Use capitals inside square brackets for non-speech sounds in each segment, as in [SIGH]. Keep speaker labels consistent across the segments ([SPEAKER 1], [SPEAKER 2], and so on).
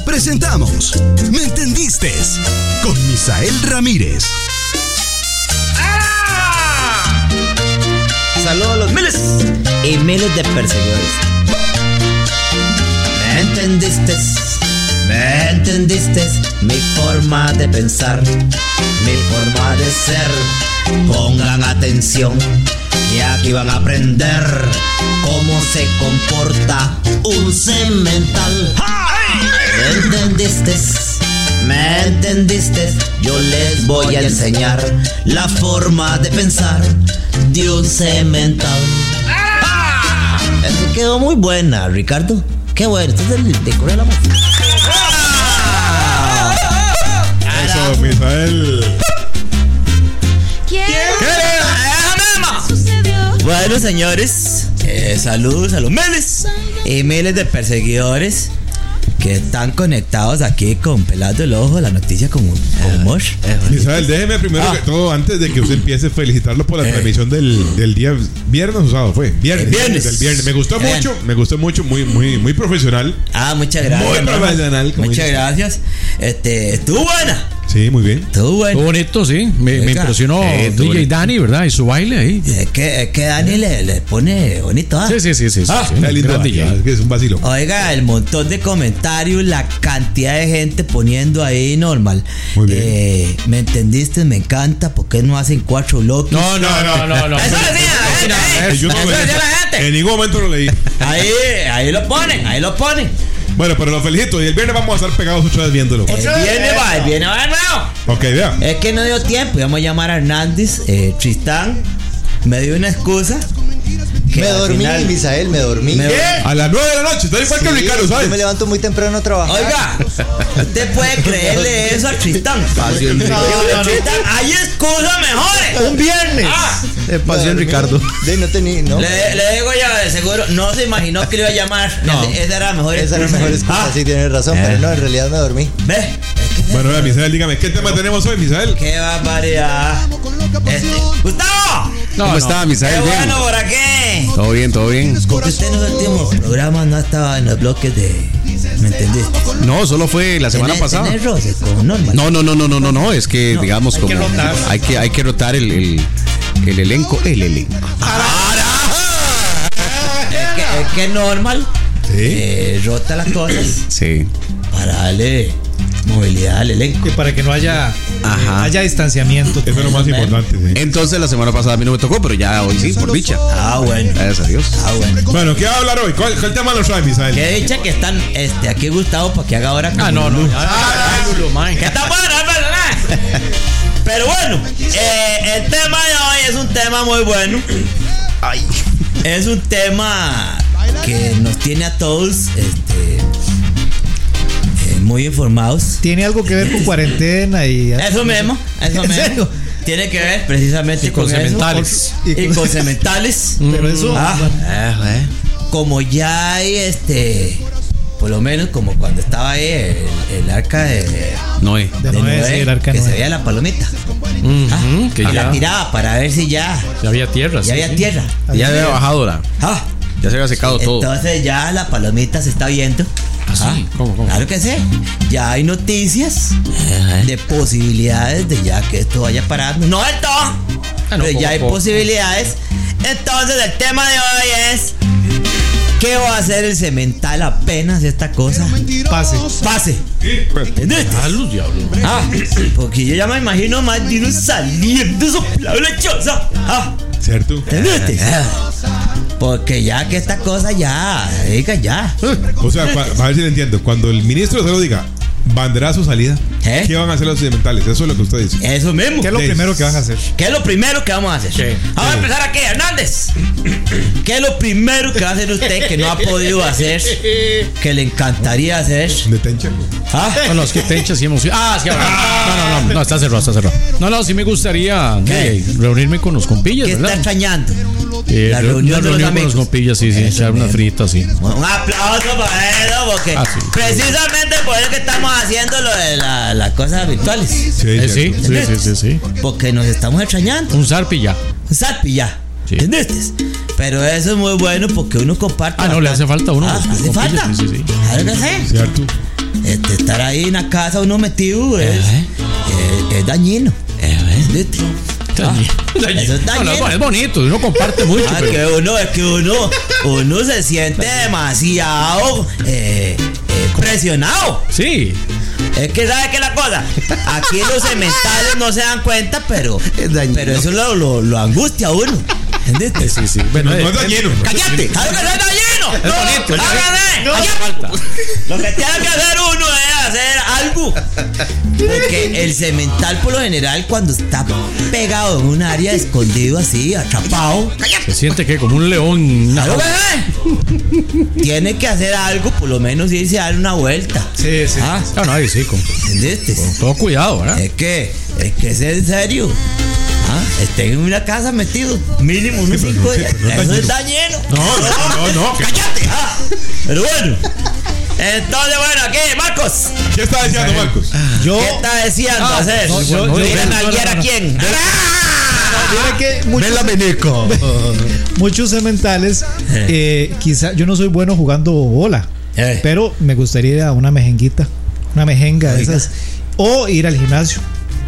[SPEAKER 1] presentamos ¿Me entendiste? Con Misael Ramírez.
[SPEAKER 2] Saludos a los miles y miles de perseguidores. ¿Me entendiste? ¿Me entendiste? Mi forma de pensar, mi forma de ser. Pongan atención y aquí van a aprender cómo se comporta un semental. ¿Me entendiste? ¿Me entendiste? Yo les voy a enseñar la forma de pensar de un cemental. Esa quedó muy buena, Ricardo. Qué bueno, este es el de Correa la Voz.
[SPEAKER 3] Eso, Misael.
[SPEAKER 2] Bueno, señores, eh, saludos a los miles y miles de perseguidores que están conectados aquí con Pelado el Ojo, la noticia con,
[SPEAKER 3] Eh,
[SPEAKER 2] con humor.
[SPEAKER 3] Misael, déjeme primero que todo, antes de que usted empiece, felicitarlo por la transmisión del, del día viernes o sábado, fue. Viernes.
[SPEAKER 2] El viernes.
[SPEAKER 3] Del viernes. Me gustó
[SPEAKER 2] Bien.
[SPEAKER 3] mucho, me gustó mucho, muy, muy, muy profesional.
[SPEAKER 2] Ah, muchas gracias.
[SPEAKER 3] Muy
[SPEAKER 2] hermano.
[SPEAKER 3] profesional, como
[SPEAKER 2] Muchas
[SPEAKER 3] dices.
[SPEAKER 2] gracias. Este, estuvo buena.
[SPEAKER 3] Sí, muy bien.
[SPEAKER 2] Estuvo buena.
[SPEAKER 4] Estuvo bonito, sí. Me, me
[SPEAKER 2] Oiga.
[SPEAKER 4] impresionó
[SPEAKER 2] Eh,
[SPEAKER 4] DJ Dani, ¿verdad? Y su baile ahí.
[SPEAKER 2] Es que, es que Dani le, le pone bonito. ¿ah?
[SPEAKER 4] Sí, sí, sí, sí. sí,
[SPEAKER 3] Ah,
[SPEAKER 4] sí,
[SPEAKER 3] está lindo.
[SPEAKER 4] gran
[SPEAKER 3] ah,
[SPEAKER 4] DJ.
[SPEAKER 3] Es que es un vacilo.
[SPEAKER 2] Oiga, el montón de comentarios, la cantidad de gente poniendo ahí normal.
[SPEAKER 3] Muy bien.
[SPEAKER 2] Eh, ¿Me entendiste? Me encanta. ¿Por qué no hacen cuatro bloques?
[SPEAKER 4] No, no, no, no, no.
[SPEAKER 2] Eso decía la gente,
[SPEAKER 4] no,
[SPEAKER 2] eh.
[SPEAKER 3] Eh, yo no
[SPEAKER 2] Eso
[SPEAKER 3] lo leí.
[SPEAKER 2] decía la gente.
[SPEAKER 3] En ningún momento lo leí.
[SPEAKER 2] Ahí, ahí lo ponen, ahí lo ponen.
[SPEAKER 3] Bueno, pero lo felicito. Y el viernes vamos a estar pegados ocho veces viéndolo.
[SPEAKER 2] El viernes va, el viernes va de nuevo.
[SPEAKER 3] Ok, vea.
[SPEAKER 2] Es que no dio tiempo, íbamos a llamar a Hernández, eh, Tristán, me dio una excusa. que
[SPEAKER 5] Me
[SPEAKER 2] al
[SPEAKER 5] dormí,
[SPEAKER 2] final-
[SPEAKER 5] Misael, me dormí.
[SPEAKER 2] Me-
[SPEAKER 3] A las 9 de la noche, está igual que
[SPEAKER 5] Sí,
[SPEAKER 3] Ricardo,
[SPEAKER 5] Yo me
[SPEAKER 3] ¿sabes?
[SPEAKER 5] levanto muy temprano a trabajar.
[SPEAKER 2] Oiga, usted puede creerle eso a Tristán.
[SPEAKER 6] Pasión
[SPEAKER 2] Digo,
[SPEAKER 6] Ricardo.
[SPEAKER 2] Tristán, hay excusas mejores.
[SPEAKER 6] Un viernes.
[SPEAKER 2] Ah.
[SPEAKER 6] Eh,
[SPEAKER 5] Me
[SPEAKER 6] Pasión
[SPEAKER 5] dormí.
[SPEAKER 6] Ricardo.
[SPEAKER 5] De no tenía, no.
[SPEAKER 2] Le, le digo yo, de seguro, no se imaginó que le iba a llamar. Ese- Esa era la mejor
[SPEAKER 5] Esa era la mejor excusa,
[SPEAKER 2] Ah,
[SPEAKER 5] sí tienes razón, pero no, en realidad me dormí.
[SPEAKER 2] Ve, es que-
[SPEAKER 3] Bueno, vea, Misael, dígame, ¿qué tema tenemos hoy, Misael?
[SPEAKER 2] qué barbaridad. Este, Gustavo,
[SPEAKER 4] No,
[SPEAKER 6] ¿Cómo
[SPEAKER 4] no.
[SPEAKER 6] está,
[SPEAKER 2] qué
[SPEAKER 6] Misael? Bien.
[SPEAKER 2] bueno por aquí.
[SPEAKER 6] Todo bien, todo bien.
[SPEAKER 2] Porque usted en los últimos programas no estaba en los bloques de. ¿Me entendiste?
[SPEAKER 6] No, solo fue la semana
[SPEAKER 2] Tener-
[SPEAKER 6] pasada.
[SPEAKER 2] tener roces con Norman.
[SPEAKER 6] No, no, no, no, no, no, no. Es que, digamos, como hay que, hay que rotar el, el, el elenco, el elenco.
[SPEAKER 2] Es que, es que normal.
[SPEAKER 3] Sí.
[SPEAKER 2] eh, rota las cosas
[SPEAKER 6] Sí.
[SPEAKER 2] para darle movilidad al elenco.
[SPEAKER 7] Que para que no haya,
[SPEAKER 6] Ajá.
[SPEAKER 7] haya distanciamiento.
[SPEAKER 3] Eso es lo más importante. sí.
[SPEAKER 6] Entonces la semana pasada a mí no me tocó, pero ya hoy sí, por dicha.
[SPEAKER 2] Ah, bueno.
[SPEAKER 6] Gracias a Dios.
[SPEAKER 2] Ah, bueno.
[SPEAKER 3] Bueno, ¿qué va a hablar hoy? ¿Cuál, cuál tema nos trae, Misael?
[SPEAKER 2] Qué dicha que están este, aquí Gustavo para que haga ahora con
[SPEAKER 4] Ah, no, no.
[SPEAKER 2] Lulú.
[SPEAKER 4] Ah, ah, ah, man.
[SPEAKER 2] Que está bueno, es verdad. [LAUGHS] Pero bueno, eh, el tema de hoy es un tema muy bueno. Es un tema que nos tiene a todos este, eh, muy informados.
[SPEAKER 7] Tiene algo que ver con cuarentena y.
[SPEAKER 2] Eso mismo, eso
[SPEAKER 7] ¿En
[SPEAKER 2] mismo.
[SPEAKER 7] serio?
[SPEAKER 2] Tiene que ver precisamente
[SPEAKER 4] Y con
[SPEAKER 2] eso.
[SPEAKER 4] sementales.
[SPEAKER 2] Y con- y
[SPEAKER 7] [LAUGHS]
[SPEAKER 2] con sementales.
[SPEAKER 7] Pero eso.
[SPEAKER 2] Ah, como ya hay este, por lo menos como cuando estaba ahí el, el arca de,
[SPEAKER 6] No es.
[SPEAKER 7] De
[SPEAKER 2] de
[SPEAKER 7] Noé, sí, el arca
[SPEAKER 2] que
[SPEAKER 7] Noé.
[SPEAKER 2] se veía la palomita. Ah,
[SPEAKER 4] Ujú, que
[SPEAKER 2] Y la
[SPEAKER 4] ya,
[SPEAKER 2] tiraba para ver si ya,
[SPEAKER 4] ya había tierra. sí,
[SPEAKER 2] ya había
[SPEAKER 4] sí.
[SPEAKER 2] tierra.
[SPEAKER 6] Ya había bajado la.
[SPEAKER 2] Ah,
[SPEAKER 6] Ya se había secado todo.
[SPEAKER 2] entonces ya la palomita se está viendo.
[SPEAKER 4] Ah, sí. ¿Cómo, cómo?
[SPEAKER 2] Claro que sí. Ya hay noticias de posibilidades de ya que esto vaya parando. No del todo.
[SPEAKER 4] Ah, no,
[SPEAKER 2] pero ya
[SPEAKER 4] poco a
[SPEAKER 2] hay
[SPEAKER 4] poco.
[SPEAKER 2] posibilidades. Entonces el tema de hoy es ¿Qué va a hacer el cemental apenas esta cosa
[SPEAKER 7] Pase.
[SPEAKER 2] pase? ¿Entendiste?
[SPEAKER 4] Ah, luz, diablo.
[SPEAKER 2] Ah, [CLEARS THROAT] porque yo ya me imagino más de uno saliendo soplado la choza. Ah,
[SPEAKER 3] ¿Cierto?
[SPEAKER 2] ¿entendiste? Porque ya que esta cosa ya, diga ya.
[SPEAKER 3] O sea, cua- a ver si lo entiendo. Cuando el ministro de Salud diga, banderá su salida,
[SPEAKER 2] ¿Eh?
[SPEAKER 3] ¿qué van a hacer los occidentales? Eso es lo que usted dice.
[SPEAKER 2] Eso mismo.
[SPEAKER 7] ¿Qué es lo
[SPEAKER 3] Des-
[SPEAKER 7] primero que vas a hacer?
[SPEAKER 2] ¿Qué es lo primero que vamos a hacer?
[SPEAKER 4] Sí.
[SPEAKER 2] Vamos a empezar aquí, Hernández. ¿Qué es lo primero que va a hacer usted que no ha podido hacer? Que le encantaría hacer.
[SPEAKER 3] Detención.
[SPEAKER 2] ¿Ah?
[SPEAKER 4] No, no, es que Tencha sí hemos. Ah, sí, ahora. No, no, no, no, está cerrado, está cerrado. No, no, sí me gustaría
[SPEAKER 2] ¿Qué?
[SPEAKER 4] eh, reunirme con los compillas,
[SPEAKER 2] ¿Qué está
[SPEAKER 4] ¿verdad?
[SPEAKER 2] extrañando?
[SPEAKER 4] Eh,
[SPEAKER 2] La
[SPEAKER 4] re-
[SPEAKER 2] reunión
[SPEAKER 4] una
[SPEAKER 2] de los
[SPEAKER 4] reunión con
[SPEAKER 2] amigos.
[SPEAKER 4] los compillas, sí, sí,
[SPEAKER 2] Eso
[SPEAKER 4] echar una
[SPEAKER 2] mismo.
[SPEAKER 4] frita, sí.
[SPEAKER 2] Un aplauso para eso, porque
[SPEAKER 4] Ah, sí.
[SPEAKER 2] precisamente por eso que estamos haciendo lo de la- las cosas virtuales.
[SPEAKER 3] Sí,
[SPEAKER 4] Eh, sí,
[SPEAKER 3] cierto.
[SPEAKER 4] sí, sí, sí, sí.
[SPEAKER 2] Porque nos estamos extrañando.
[SPEAKER 4] Un zarpi ya.
[SPEAKER 2] Zapi ya.
[SPEAKER 4] Sí.
[SPEAKER 2] ¿Entendiste? Pero eso es muy bueno porque uno comparte.
[SPEAKER 4] Ah, no, le hace falta a uno.
[SPEAKER 2] Ah,
[SPEAKER 4] los
[SPEAKER 2] hace
[SPEAKER 4] compillas,
[SPEAKER 2] falta.
[SPEAKER 4] Sí, sí, sí.
[SPEAKER 2] Claro que sí.
[SPEAKER 3] Cierto.
[SPEAKER 2] Este, estar ahí en la casa uno metido es, eh,
[SPEAKER 4] Ajá.
[SPEAKER 2] es, es dañino.
[SPEAKER 4] Eh,
[SPEAKER 2] ¿Viste? Ah, eso es
[SPEAKER 4] No, no,
[SPEAKER 2] dañino.
[SPEAKER 4] es bonito, uno comparte mucho.
[SPEAKER 2] Ah,
[SPEAKER 4] pero-
[SPEAKER 2] que uno, es que uno, uno se siente demasiado eh, eh, presionado.
[SPEAKER 4] Sí.
[SPEAKER 2] Es que sabes que la cosa, aquí los cementales no se dan cuenta,
[SPEAKER 4] [LAUGHS]
[SPEAKER 2] pero, pero eso lo, lo, lo angustia a uno. ¿Entendiste?
[SPEAKER 4] Sí, sí. Bueno,
[SPEAKER 3] No,
[SPEAKER 4] eh,
[SPEAKER 3] no es dañino.
[SPEAKER 2] ¡Cállate! ¡Claro que no es dañino!
[SPEAKER 4] Es bonito, es
[SPEAKER 2] ¡Hágale!
[SPEAKER 4] bonito. No hace
[SPEAKER 2] ¡Cállate!
[SPEAKER 4] falta.
[SPEAKER 2] Lo que tiene que hacer uno es hacer algo. Porque el cemental, por lo general, cuando está pegado en un área escondido así, atrapado,
[SPEAKER 4] Se siente que como un león. una
[SPEAKER 2] ¡Aló,
[SPEAKER 4] jaula.
[SPEAKER 2] bebé! tiene que hacer algo, por lo menos irse a dar una vuelta.
[SPEAKER 7] Sí, sí.
[SPEAKER 2] Ah,
[SPEAKER 4] No, no, ahí sí, con, con
[SPEAKER 2] ¿entendiste?
[SPEAKER 4] todo cuidado, ¿verdad?
[SPEAKER 6] Eh,
[SPEAKER 2] Es que, es que es en serio. Ah, Estén en una casa metido. Mínimo unos
[SPEAKER 3] Sí, pero
[SPEAKER 2] cinco
[SPEAKER 3] no, sí,
[SPEAKER 2] días.
[SPEAKER 3] pero no
[SPEAKER 2] Eso
[SPEAKER 3] dañino.
[SPEAKER 2] está lleno.
[SPEAKER 3] No, no, no, no. ¿Qué,
[SPEAKER 2] ¡Cállate! ah. Pero bueno. Entonces, bueno, aquí, Marcos.
[SPEAKER 3] qué está diciendo
[SPEAKER 6] eh,
[SPEAKER 3] Marcos?
[SPEAKER 7] Yo.
[SPEAKER 2] ¿Qué está diciendo
[SPEAKER 7] Ah,
[SPEAKER 2] hacer?
[SPEAKER 7] no, yo- yo-
[SPEAKER 2] ¿Mira
[SPEAKER 7] no, no,
[SPEAKER 2] nalguera
[SPEAKER 7] no, no.
[SPEAKER 2] quién? ¡Ah!
[SPEAKER 7] Mira que muchos, muchos cementales, eh, quizá yo no soy bueno jugando bola,
[SPEAKER 2] Eh.
[SPEAKER 7] pero me gustaría ir a una mejenguita, una mejenga de
[SPEAKER 2] Oiga.
[SPEAKER 7] esas, o ir al gimnasio.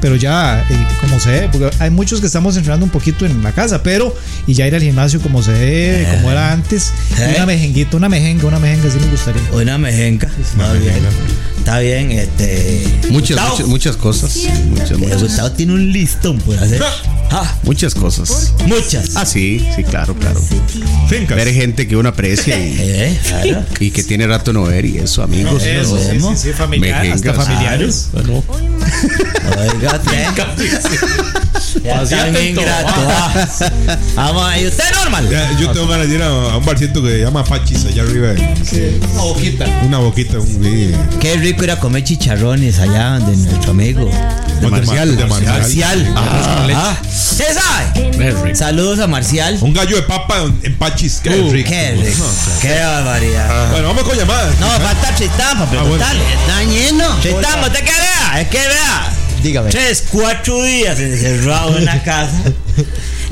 [SPEAKER 7] Pero ya, eh, como se debe, porque hay muchos que estamos entrenando un poquito en la casa, pero y ya ir al gimnasio como se debe, como era antes, y
[SPEAKER 2] Eh.
[SPEAKER 7] una mejenguita, una mejenga, una mejenga, sí me gustaría.
[SPEAKER 2] Una mejenca. Está bien. Está bien, este.
[SPEAKER 6] Muchas,
[SPEAKER 2] Gustavo.
[SPEAKER 6] muchas, muchas cosas. Muchas,
[SPEAKER 2] Eh,
[SPEAKER 6] muchas,
[SPEAKER 2] Gustavo tiene un listón por hacer. Ah,
[SPEAKER 6] muchas cosas.
[SPEAKER 2] muchas.
[SPEAKER 6] Ah, sí, sí, claro, claro.
[SPEAKER 3] Fincas.
[SPEAKER 6] Ver gente que uno aprecia y,
[SPEAKER 2] Eh, claro.
[SPEAKER 6] y que tiene rato no ver y eso, amigos.
[SPEAKER 2] Eh, Eso, sí, sí, sí,
[SPEAKER 6] familiar, hasta
[SPEAKER 2] familiares. Oiga, usted. Ya
[SPEAKER 4] Así
[SPEAKER 2] están
[SPEAKER 4] atento,
[SPEAKER 2] ingrato. ah. Vamos ahí. ¿Usted normal?
[SPEAKER 3] Ya, yo tengo ganas de ir a, a un barcito que se llama Pachis allá arriba.
[SPEAKER 4] Una boquita.
[SPEAKER 3] Una boquita, un sí,
[SPEAKER 2] Qué rico era comer chicharrones allá de nuestro amigo.
[SPEAKER 3] de
[SPEAKER 6] Marcial,
[SPEAKER 3] de Marcial.
[SPEAKER 2] Marcial. Ah, ah. ¿Usted sabe? Saludos a Marcial.
[SPEAKER 3] Un gallo de papa en, en Pachis. Uh, Qué
[SPEAKER 2] Uh,
[SPEAKER 3] rico.
[SPEAKER 2] Qué rico. Qué barbaridad.
[SPEAKER 3] Bueno, vamos con llamadas.
[SPEAKER 2] No, falta Tristán para
[SPEAKER 3] bueno.
[SPEAKER 2] preguntarle. Está lleno. Tristán, ¿usted qué vea? Es que vea.
[SPEAKER 5] Dígame.
[SPEAKER 2] Tres, cuatro días encerrado en la casa.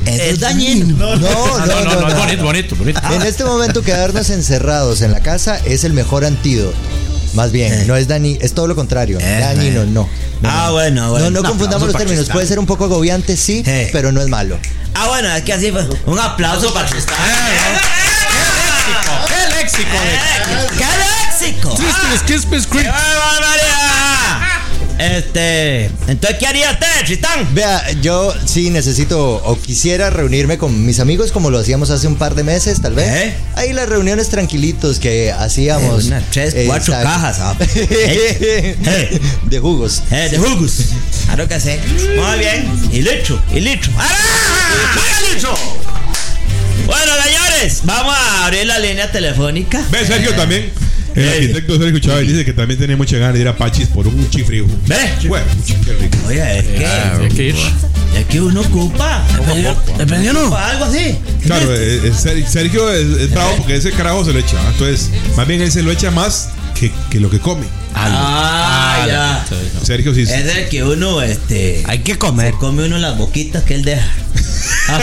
[SPEAKER 2] Eso es dañino.
[SPEAKER 5] No,
[SPEAKER 4] No,
[SPEAKER 5] no,
[SPEAKER 4] no, no, es
[SPEAKER 5] no.
[SPEAKER 4] bonito, bonito, bonito.
[SPEAKER 5] En este momento quedarnos encerrados en la casa es el mejor antídoto. Más bien, no es Dani, es todo lo contrario.
[SPEAKER 2] Eh,
[SPEAKER 5] Dañino,
[SPEAKER 2] eh.
[SPEAKER 5] no. No,
[SPEAKER 2] Ah,
[SPEAKER 5] no.
[SPEAKER 2] bueno, bueno.
[SPEAKER 5] No, no
[SPEAKER 2] Un
[SPEAKER 5] confundamos
[SPEAKER 2] aplauso
[SPEAKER 5] los
[SPEAKER 2] para
[SPEAKER 5] términos.
[SPEAKER 2] Tristán.
[SPEAKER 5] Puede ser un poco agobiante, sí,
[SPEAKER 2] Eh.
[SPEAKER 5] pero no es malo.
[SPEAKER 2] Ah, bueno, es que así fue. Un aplauso para Tristán.
[SPEAKER 4] ¡Qué léxico!
[SPEAKER 2] ¡Qué léxico!
[SPEAKER 4] Crispis, crispis,
[SPEAKER 2] ¡Qué barbaridad! Este, entonces, ¿qué haría usted, Tristán?
[SPEAKER 5] Vea, yo sí necesito o quisiera reunirme con mis amigos como lo hacíamos hace un par de meses, tal vez.
[SPEAKER 2] ¿Eh?
[SPEAKER 5] Ahí las reuniones tranquilitos que hacíamos.
[SPEAKER 2] Eh, unas tres, cuatro
[SPEAKER 5] Exacto.
[SPEAKER 2] cajas,
[SPEAKER 5] [LAUGHS]
[SPEAKER 2] ah. Eh.
[SPEAKER 5] de jugos.
[SPEAKER 2] Eh, de jugos. Claro que sí. Muy bien. Y listo, y listo. ¡Ara! ¡Vaya listo! Bueno, señores, vamos a abrir la línea telefónica.
[SPEAKER 3] Ve, Sergio también. El
[SPEAKER 2] Eh.
[SPEAKER 3] arquitecto Sergio Chávez dice que también tiene mucha ganas de ir a Pachis por un chifrijo.
[SPEAKER 2] Ve.
[SPEAKER 3] Bueno, qué rico.
[SPEAKER 2] Oye, es
[SPEAKER 6] Ah,
[SPEAKER 2] que,
[SPEAKER 4] Hay que ir.
[SPEAKER 2] es que uno ocupa. Dependiendo uno. ocupa Algo así.
[SPEAKER 3] Claro, eh, eh, Ser- Sergio es, es bravo porque ese carajo se lo echa. ¿ah? Entonces, más bien él se lo echa más que, que lo que come.
[SPEAKER 2] Ah, ya.
[SPEAKER 3] Sergio sí.
[SPEAKER 2] Es el que uno, este.
[SPEAKER 6] Hay que comer.
[SPEAKER 2] Se come uno las boquitas que él deja.
[SPEAKER 6] [LAUGHS]
[SPEAKER 2] Ah,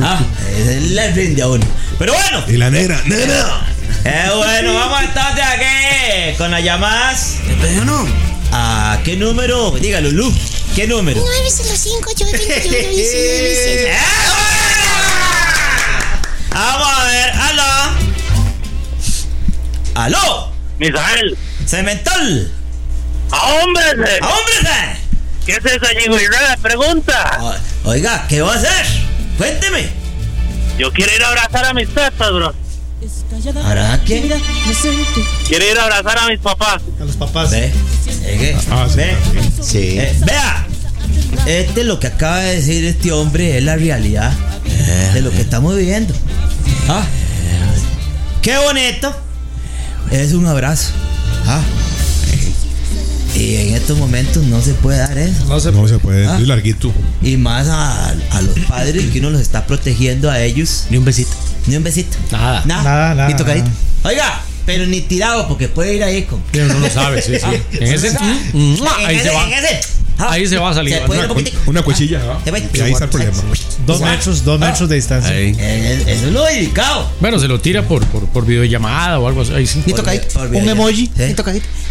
[SPEAKER 2] ah, ese le rinde a uno. Pero bueno,
[SPEAKER 3] Y la nera, nera.
[SPEAKER 2] Eh, bueno, vamos entonces aquí con las llamadas. ¿A qué número? Diga, Lulú. ¿Qué número?
[SPEAKER 8] 9 veces los 5, 8, 21, 19, 6.
[SPEAKER 2] ¡Eh, bueno! Vamos a ver, aló. ¡Aló!
[SPEAKER 9] Misael,
[SPEAKER 2] ¡Cemental!
[SPEAKER 9] ¡ah, hombre! se-
[SPEAKER 2] ¡Ah, ¡Hombre! se!
[SPEAKER 9] ¿Qué es esa ñigüirrada pregunta?
[SPEAKER 2] O- Oiga, ¿qué va a hacer? Cuénteme.
[SPEAKER 9] Yo quiero ir a abrazar a mis tetas, bro.
[SPEAKER 2] ¿Ahora qué?
[SPEAKER 9] Quiero ir a abrazar a mis papás.
[SPEAKER 7] A los papás.
[SPEAKER 2] Ve. eh,
[SPEAKER 3] Ah, sí,
[SPEAKER 2] ve.
[SPEAKER 3] también.
[SPEAKER 5] Sí.
[SPEAKER 2] Eh, vea, este lo que acaba de decir este hombre es la realidad de lo que estamos viviendo. Ah, qué bonito es un abrazo. Ah, y en estos momentos no se puede dar eso.
[SPEAKER 7] No sé.
[SPEAKER 3] No se puede,
[SPEAKER 2] Ah.
[SPEAKER 3] estoy larguito.
[SPEAKER 2] Y más a, a los padres que uno los está protegiendo a ellos.
[SPEAKER 4] Ni un besito.
[SPEAKER 2] Ni un besito.
[SPEAKER 4] Nada.
[SPEAKER 2] Nada.
[SPEAKER 7] Nada, nada,
[SPEAKER 2] Ni tocadito.
[SPEAKER 7] nada.
[SPEAKER 2] Oiga, pero ni tirado porque puede ir ahí con. Ah. [LAUGHS]
[SPEAKER 4] Uno no sabe, sí, sí. En ese.
[SPEAKER 2] En
[SPEAKER 4] Mm, mm, Ahí
[SPEAKER 2] ese-
[SPEAKER 4] se va.
[SPEAKER 2] en ese- Ah,
[SPEAKER 4] Ahí se va a salir.
[SPEAKER 2] Se puede ir un
[SPEAKER 3] Una,
[SPEAKER 2] poquitico.
[SPEAKER 3] una cuchilla,
[SPEAKER 2] Ah,
[SPEAKER 3] ¿va?
[SPEAKER 2] se va.
[SPEAKER 3] Y ahí está el problema.
[SPEAKER 7] Dos metros, dos metros de distancia.
[SPEAKER 6] Ahí.
[SPEAKER 2] Eh, Eso es lo delicado.
[SPEAKER 4] Bueno, se lo tira por, por, por videollamada o algo así. Ahí sí.
[SPEAKER 2] Por- por-
[SPEAKER 7] Un emoji.
[SPEAKER 2] ¿Eh?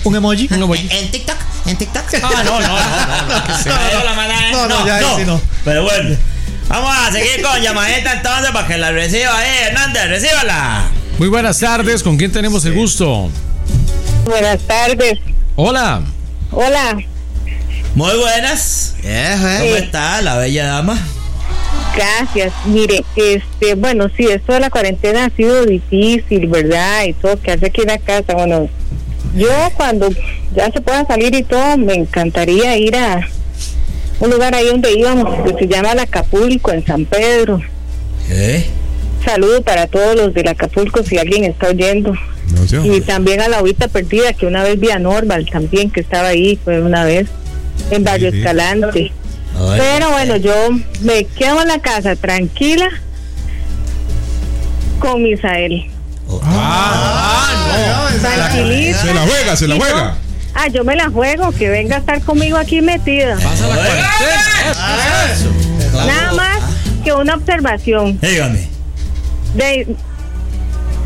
[SPEAKER 7] Un emoji.
[SPEAKER 2] En- En TikTok, en TikTok.
[SPEAKER 4] Ah, no, no, no, no, no, que se vaya.
[SPEAKER 2] la mala-
[SPEAKER 7] No, no, ya, sí, no.
[SPEAKER 2] Pero bueno, vamos a seguir con llamadita entonces para que la reciba. Eh, Hernández, recíbala.
[SPEAKER 4] Muy buenas tardes, ¿con quién tenemos el gusto?
[SPEAKER 10] Buenas tardes.
[SPEAKER 4] Hola.
[SPEAKER 10] Hola,
[SPEAKER 2] Muy buenas. ¿Cómo está la bella dama?
[SPEAKER 10] gracias. Mire, este, bueno, sí, esto de la cuarentena ha sido difícil, ¿verdad? Y todo, que hace aquí en la casa, bueno, yo cuando ya se pueda salir y todo, me encantaría ir a un lugar ahí donde íbamos, que se llama el Acapulco, en San Pedro.
[SPEAKER 2] ¿Eh?
[SPEAKER 10] Saludo para todos los del Acapulco, si alguien está oyendo.
[SPEAKER 3] No, sí,
[SPEAKER 10] Y
[SPEAKER 3] hombre.
[SPEAKER 10] también a la Ovita Perdida, que una vez vi a Norval también, que estaba ahí, fue una vez, en Barrio
[SPEAKER 3] Sí, sí.
[SPEAKER 10] Escalante. Pero bueno, yo me quedo en la casa tranquila con Misael.
[SPEAKER 7] Ah, no, es-
[SPEAKER 10] Tranquilita.
[SPEAKER 3] Se la juega, se la
[SPEAKER 10] Y no-
[SPEAKER 3] juega.
[SPEAKER 10] Ah, yo me la juego, que venga a estar conmigo aquí metida.
[SPEAKER 3] Ah,
[SPEAKER 2] Pasa la
[SPEAKER 10] Nada más que una observación.
[SPEAKER 2] Dígame.
[SPEAKER 10] De,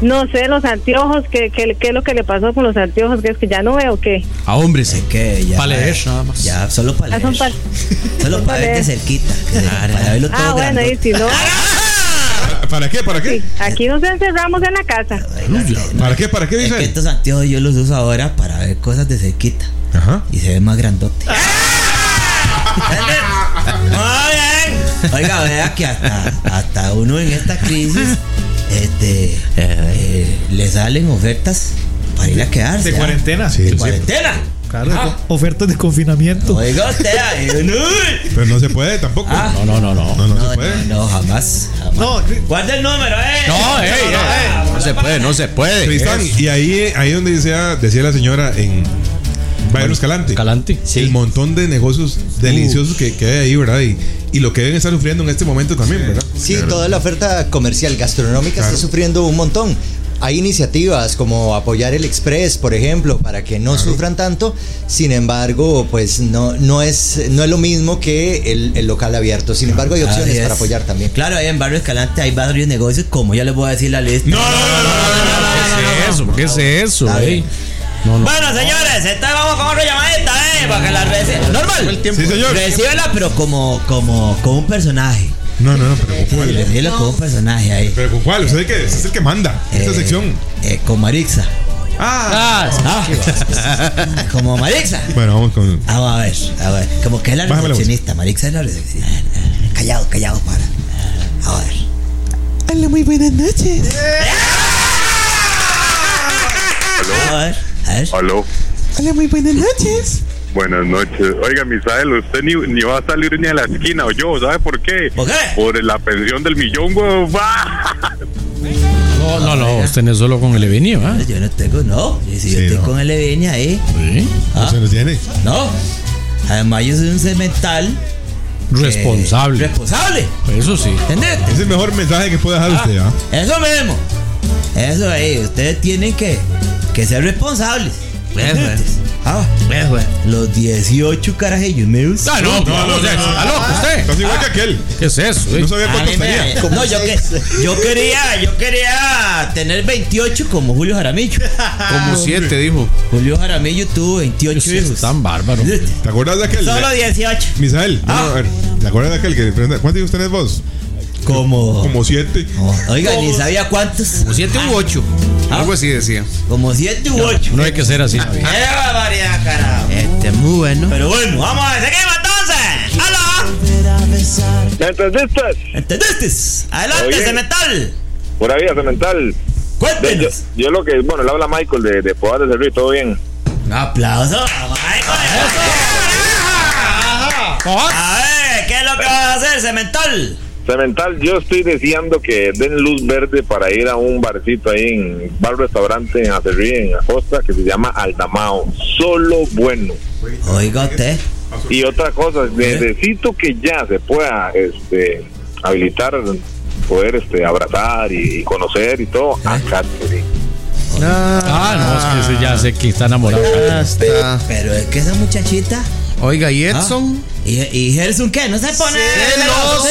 [SPEAKER 10] no sé, los anteojos, ¿qué que, es lo que le pasó con los anteojos? Que es que ya no veo qué.
[SPEAKER 6] A hombres.
[SPEAKER 2] Es que ya.
[SPEAKER 4] Para leer, nada más.
[SPEAKER 2] Ya, solo para
[SPEAKER 10] Ah,
[SPEAKER 2] leer.
[SPEAKER 10] son pa-
[SPEAKER 2] Solo
[SPEAKER 10] son pa'
[SPEAKER 2] para ver de
[SPEAKER 10] leer.
[SPEAKER 2] cerquita. que- Para verlo
[SPEAKER 10] Ah,
[SPEAKER 2] todo
[SPEAKER 10] bueno,
[SPEAKER 2] grandote.
[SPEAKER 10] y
[SPEAKER 3] [LAUGHS]
[SPEAKER 10] si no,
[SPEAKER 3] ¿Para- ¿Para qué? ¿Para qué?
[SPEAKER 10] sí, aquí nos encerramos en la casa.
[SPEAKER 3] ¿Para qué? ¿Para qué
[SPEAKER 2] Es que
[SPEAKER 3] dice?
[SPEAKER 2] estos anteojos yo los uso ahora para ver cosas de cerquita.
[SPEAKER 3] Ajá.
[SPEAKER 2] Y se ve más grandote. [LAUGHS] Muy bien. Oiga, vea que hasta, hasta uno en esta crisis este, eh, le salen ofertas para ir a quedarse.
[SPEAKER 7] De
[SPEAKER 2] ¿ah?
[SPEAKER 7] cuarentena.
[SPEAKER 3] Sí,
[SPEAKER 2] De
[SPEAKER 3] sí,
[SPEAKER 2] cuarentena. Ah. eh.
[SPEAKER 7] Claro, de co- ofertas de confinamiento.
[SPEAKER 2] Oiga usted, ahí, uy.
[SPEAKER 3] Pero no se puede tampoco.
[SPEAKER 2] Ah.
[SPEAKER 3] No, no, no, no. No, no
[SPEAKER 2] No,
[SPEAKER 3] se
[SPEAKER 2] no,
[SPEAKER 3] puede.
[SPEAKER 2] no, jamás. jamás.
[SPEAKER 7] No,
[SPEAKER 2] Guarda el eh. número, eh.
[SPEAKER 4] No, eh. ey, ey, ey.
[SPEAKER 6] No se puede, no se puede.
[SPEAKER 3] Tristán, y ahí, ahí donde decía, decía la señora en Bayern Escalante.
[SPEAKER 4] Calante.
[SPEAKER 3] El montón de negocios deliciosos que, que hay ahí, ¿verdad? Y, y lo que deben estar sufriendo en este momento también, ¿verdad?
[SPEAKER 5] Sí, toda la oferta comercial gastronómica
[SPEAKER 3] Claro.
[SPEAKER 5] está sufriendo un montón. Hay iniciativas como apoyar el Express, por ejemplo, para que no sufran tanto. Sin embargo, pues no, no, es, no es lo mismo que el, el local abierto. Sin embargo, hay opciones
[SPEAKER 2] Así es.
[SPEAKER 5] para apoyar también.
[SPEAKER 2] Claro, ahí en Barrio Escalante hay varios negocios, como ya les voy a decir la lista.
[SPEAKER 4] ¿Qué es eso? ¿Por ¿Qué es eso?
[SPEAKER 2] Está
[SPEAKER 4] ey?
[SPEAKER 2] bien.
[SPEAKER 4] No, no.
[SPEAKER 2] Bueno, señores, entonces vamos con otra llamadita, ¿eh? Para que la reciba. Normal.
[SPEAKER 3] Sí, señor.
[SPEAKER 2] Recíbela, pero como, como, como un personaje.
[SPEAKER 3] No, no, no, pero ¿con cuál?
[SPEAKER 2] Recíbela como un personaje ahí.
[SPEAKER 3] ¿Pero con cuál? Usted es el que, usted es el que manda esta
[SPEAKER 2] Eh,
[SPEAKER 3] sección.
[SPEAKER 2] eh, con Marixa.
[SPEAKER 3] Ah.
[SPEAKER 4] Ah,
[SPEAKER 2] Ah, como Marixa.
[SPEAKER 3] Bueno, vamos con.
[SPEAKER 2] Vamos Ah, a ver, a ver. Como que es la
[SPEAKER 3] Bájame la voz.
[SPEAKER 2] recepcionista. Marixa es la recepcionista. Callado, callado, para. A ver. Hola, muy buenas noches. A ver, a ver.
[SPEAKER 9] Aló,
[SPEAKER 2] Hola, muy buenas noches.
[SPEAKER 9] buenas noches. Oiga, Misael, usted ni, ni va a salir ni a la esquina, o yo, ¿sabe por qué?
[SPEAKER 2] ¿Por qué?
[SPEAKER 9] Por la pensión del millón, huevón. ¡Va!
[SPEAKER 4] no, no, no, usted no es solo con el venido, ¿eh?
[SPEAKER 2] Yo no tengo, no. Si yo
[SPEAKER 3] Sí,
[SPEAKER 2] estoy
[SPEAKER 3] no.
[SPEAKER 2] con el Eveña ahí,
[SPEAKER 4] Sí.
[SPEAKER 3] No se nos tiene.
[SPEAKER 2] no. Además, yo soy un cemental. eh,
[SPEAKER 4] Responsable.
[SPEAKER 2] responsable.
[SPEAKER 4] Eso sí.
[SPEAKER 2] ¿Entendiste?
[SPEAKER 3] Es el mejor mensaje que puede dejar usted, ¿ah?
[SPEAKER 2] Eso mismo. Eso ahí. Ustedes tienen que, que ser responsables. ¿Entendiste? Ah, los 18 carajillos Ah, míos.
[SPEAKER 4] Está loco, vamos, ya, está loco usted.
[SPEAKER 3] Estás igual que aquel.
[SPEAKER 4] ¿Qué es eso? ey?
[SPEAKER 3] No sabía
[SPEAKER 2] A
[SPEAKER 3] cuánto
[SPEAKER 2] mí me-
[SPEAKER 3] estaría.
[SPEAKER 2] eh, no, yo, que- yo quería, yo quería tener 28 como Julio Jaramillo.
[SPEAKER 6] Como siete, dijo.
[SPEAKER 2] Julio Jaramillo tuvo 28
[SPEAKER 4] Ustedes
[SPEAKER 2] hijos.
[SPEAKER 4] Tan bárbaro.
[SPEAKER 2] ¿Entendiste?
[SPEAKER 3] ¿Te acuerdas de aquel?
[SPEAKER 2] Solo 18.
[SPEAKER 3] Misael, no, a ver, ¿te acuerdas de aquel que le pregunta, ¿cuántos hijos tenés vos?
[SPEAKER 2] Como.
[SPEAKER 3] Como siete.
[SPEAKER 2] Oiga, ni sabía cuántos. Ah,
[SPEAKER 6] Como siete u ocho. Algo así decía.
[SPEAKER 2] Como 7 u 8.
[SPEAKER 4] No hay que ser así. la vida.
[SPEAKER 2] ¡Qué barbaridad, carajo!
[SPEAKER 6] Este es muy bueno.
[SPEAKER 2] Pero bueno, vamos a seguir entonces. ¡Aló!
[SPEAKER 9] ¿Me entendiste?
[SPEAKER 2] ¿Entendiste? Adelante,
[SPEAKER 9] Oye.
[SPEAKER 2] ese metal.
[SPEAKER 9] Por ahí, cemental. Ve, Yo,
[SPEAKER 2] Cuéntenos.
[SPEAKER 9] yo lo que, bueno, le habla Michael de, de Poder de Servir, todo bien.
[SPEAKER 2] Un aplauso. a Michael. A ver, ¿qué es lo que vas a hacer, cemental?
[SPEAKER 9] Cemental, yo estoy deseando que den luz verde para ir a un barcito ahí en bar restaurante en Acerrí, en Acosta, que se llama Aldamao. Solo bueno.
[SPEAKER 2] Oiga usted.
[SPEAKER 9] Y otra cosa, necesito que ya se pueda este, habilitar, poder este, abrazar y, y conocer y todo a Catherine.
[SPEAKER 4] Ah, no, es que ese ya sé que está enamorado.
[SPEAKER 6] Hasta.
[SPEAKER 2] Pero es que esa muchachita ah,
[SPEAKER 6] Oiga, ¿y Edson?
[SPEAKER 2] ¿Y, y Gerson qué? ¿No se pone celoso?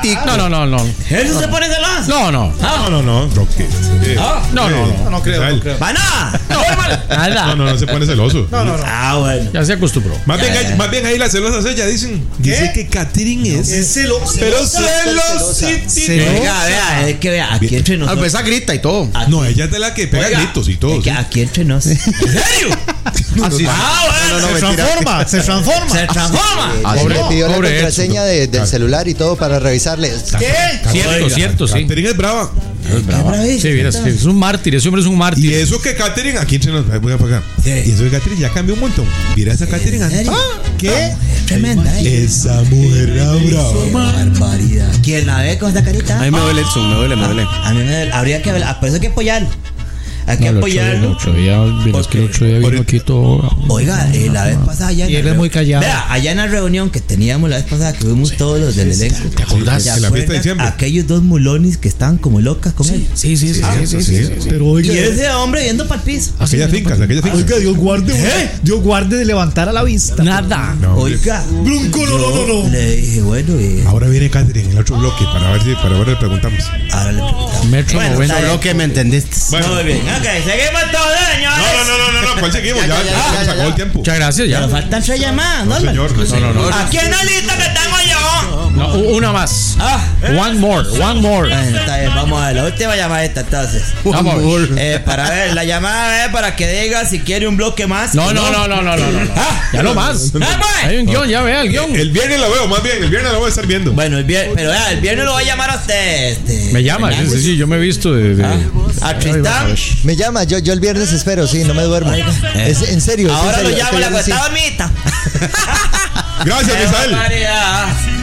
[SPEAKER 4] Claro, No, no, no, no.
[SPEAKER 2] ¿Gerson se pone celoso?
[SPEAKER 4] No, no.
[SPEAKER 3] No, no, no, Roque. Eh,
[SPEAKER 2] Ah.
[SPEAKER 4] No,
[SPEAKER 3] eh,
[SPEAKER 4] no, no.
[SPEAKER 7] No creo, no creo.
[SPEAKER 2] ¡Pana!
[SPEAKER 3] No,
[SPEAKER 4] Nada.
[SPEAKER 3] no, no se pone celoso.
[SPEAKER 2] Ah, bueno.
[SPEAKER 4] Ya se acostumbró.
[SPEAKER 3] Más, bien, ahí- más bien ahí las celosas ella dicen. Dice que Catherine es.
[SPEAKER 7] Es celoso.
[SPEAKER 3] Pero
[SPEAKER 7] ¿Eh?
[SPEAKER 2] Oiga, vea, es que vea, aquí entre
[SPEAKER 6] Ah,
[SPEAKER 2] nosotros.
[SPEAKER 6] pues esa grita y todo.
[SPEAKER 3] No, ella es de la que pega
[SPEAKER 2] Oiga,
[SPEAKER 3] gritos y todo.
[SPEAKER 2] es que
[SPEAKER 3] sí.
[SPEAKER 2] Aquí entre
[SPEAKER 4] [LAUGHS]
[SPEAKER 2] nosotros. ¿En serio?
[SPEAKER 6] Así.
[SPEAKER 2] Ah, bueno.
[SPEAKER 7] se
[SPEAKER 6] mentira.
[SPEAKER 7] transforma, se transforma.
[SPEAKER 2] Se transforma.
[SPEAKER 5] Así
[SPEAKER 4] Pobre-
[SPEAKER 5] me pidió la
[SPEAKER 4] pobre
[SPEAKER 5] contraseña de- del celular y todo para revisarle.
[SPEAKER 4] Cierto, cierto, sí.
[SPEAKER 3] Catherine es brava.
[SPEAKER 4] Sí, mira, sí, es un mártir, ese hombre es un
[SPEAKER 3] Y
[SPEAKER 4] mártir.
[SPEAKER 3] eso que Catherine. Aquí entre nos. Voy a pagar.
[SPEAKER 2] Sí.
[SPEAKER 3] Y eso que Catherine ya cambió un montón. Mira esa Catherine.
[SPEAKER 2] ¿En
[SPEAKER 3] antes. Ah,
[SPEAKER 2] serio?
[SPEAKER 3] ¿Qué?
[SPEAKER 2] Tremenda. ¿eh?
[SPEAKER 3] Esa mujer era
[SPEAKER 2] Qué
[SPEAKER 3] brava.
[SPEAKER 2] barbaridad. ¿Quién la ve con esa carita?
[SPEAKER 6] A mí me duele Edson, me duele, me duele.
[SPEAKER 2] A mí me duele. habría que hablar. Por eso hay que apoyarlo. Hay que
[SPEAKER 4] No, el otro día- el
[SPEAKER 2] apoyarlo.
[SPEAKER 4] otro día, vieras que el otro día vino aquí todo.
[SPEAKER 2] Oiga, eh, la vez pasada allá. en
[SPEAKER 7] Y
[SPEAKER 2] la
[SPEAKER 7] él es
[SPEAKER 2] reu-
[SPEAKER 7] muy callado.
[SPEAKER 2] Vea, allá en la reunión que teníamos la vez pasada, que fuimos todos los del elenco. ¿Te
[SPEAKER 4] acordás?
[SPEAKER 2] ¿Te
[SPEAKER 3] En la
[SPEAKER 2] acuerdas?
[SPEAKER 3] fiesta de diciembre.
[SPEAKER 2] Aquellos dos mulones que estaban como locas con él.
[SPEAKER 4] Sí, sí, sí. sí, sí, sí, sí.
[SPEAKER 7] Pero oiga,
[SPEAKER 2] Y ese hombre viendo para el piso.
[SPEAKER 3] Aquellas fincas, aquellas
[SPEAKER 7] oiga,
[SPEAKER 3] fincas.
[SPEAKER 7] Dios guarde,
[SPEAKER 2] ¿Eh?
[SPEAKER 7] Dios guarde de levantar a la vista.
[SPEAKER 4] Nada.
[SPEAKER 3] No, hombre.
[SPEAKER 2] Oiga.
[SPEAKER 7] Brunco, no, no, no, no.
[SPEAKER 2] Le dije, bueno, eh,
[SPEAKER 3] Ahora viene Catherine en el otro bloque para ver si para ver le preguntamos.
[SPEAKER 2] ahora le preguntamos.
[SPEAKER 4] Metro
[SPEAKER 2] Bueno,
[SPEAKER 4] noventa.
[SPEAKER 2] está bien.
[SPEAKER 6] Lo que me entendiste.
[SPEAKER 3] Bueno.
[SPEAKER 2] Muy bien, ok, seguimos todos, señores.
[SPEAKER 3] No, no, no, no, no, no, ¿cuál seguimos? Ya, ya, se nos acabó el tiempo.
[SPEAKER 4] Muchas gracias, ya.
[SPEAKER 2] Nos faltan tres llamadas,
[SPEAKER 3] No, señor. No, no, no.
[SPEAKER 2] Aquí en la lista que tengo yo.
[SPEAKER 4] No, u- una más.
[SPEAKER 2] Ah,
[SPEAKER 4] One more, one more.
[SPEAKER 2] bueno, está bien, vamos a ver. La última llamada esta entonces.
[SPEAKER 4] Vamos.
[SPEAKER 2] Eh, para ver, la llamada es para que diga si quiere un bloque más.
[SPEAKER 4] No, no, no, no, no, no, no.
[SPEAKER 2] Ah,
[SPEAKER 4] Ya no más.
[SPEAKER 2] pues.
[SPEAKER 4] Hay un guión, ya vea el guión.
[SPEAKER 3] El viernes la veo, más bien, el viernes la voy a estar viendo.
[SPEAKER 2] Bueno, el viernes, pero vea, el viernes lo va a llamar a usted. este,
[SPEAKER 4] Me llama, sí,
[SPEAKER 2] Fernández.
[SPEAKER 4] sí, sí, yo me he visto de. de-
[SPEAKER 2] Ah, A Tristán.
[SPEAKER 5] Me llama, yo, yo el viernes espero, sí, no me duermo. Es, en serio. es en
[SPEAKER 2] Ahora lo
[SPEAKER 5] serio,
[SPEAKER 2] llamo,
[SPEAKER 5] este
[SPEAKER 2] la
[SPEAKER 5] viernes
[SPEAKER 2] cuesta
[SPEAKER 5] sí.
[SPEAKER 2] dormita.
[SPEAKER 3] Gracias, Misael.
[SPEAKER 2] Barbaridad.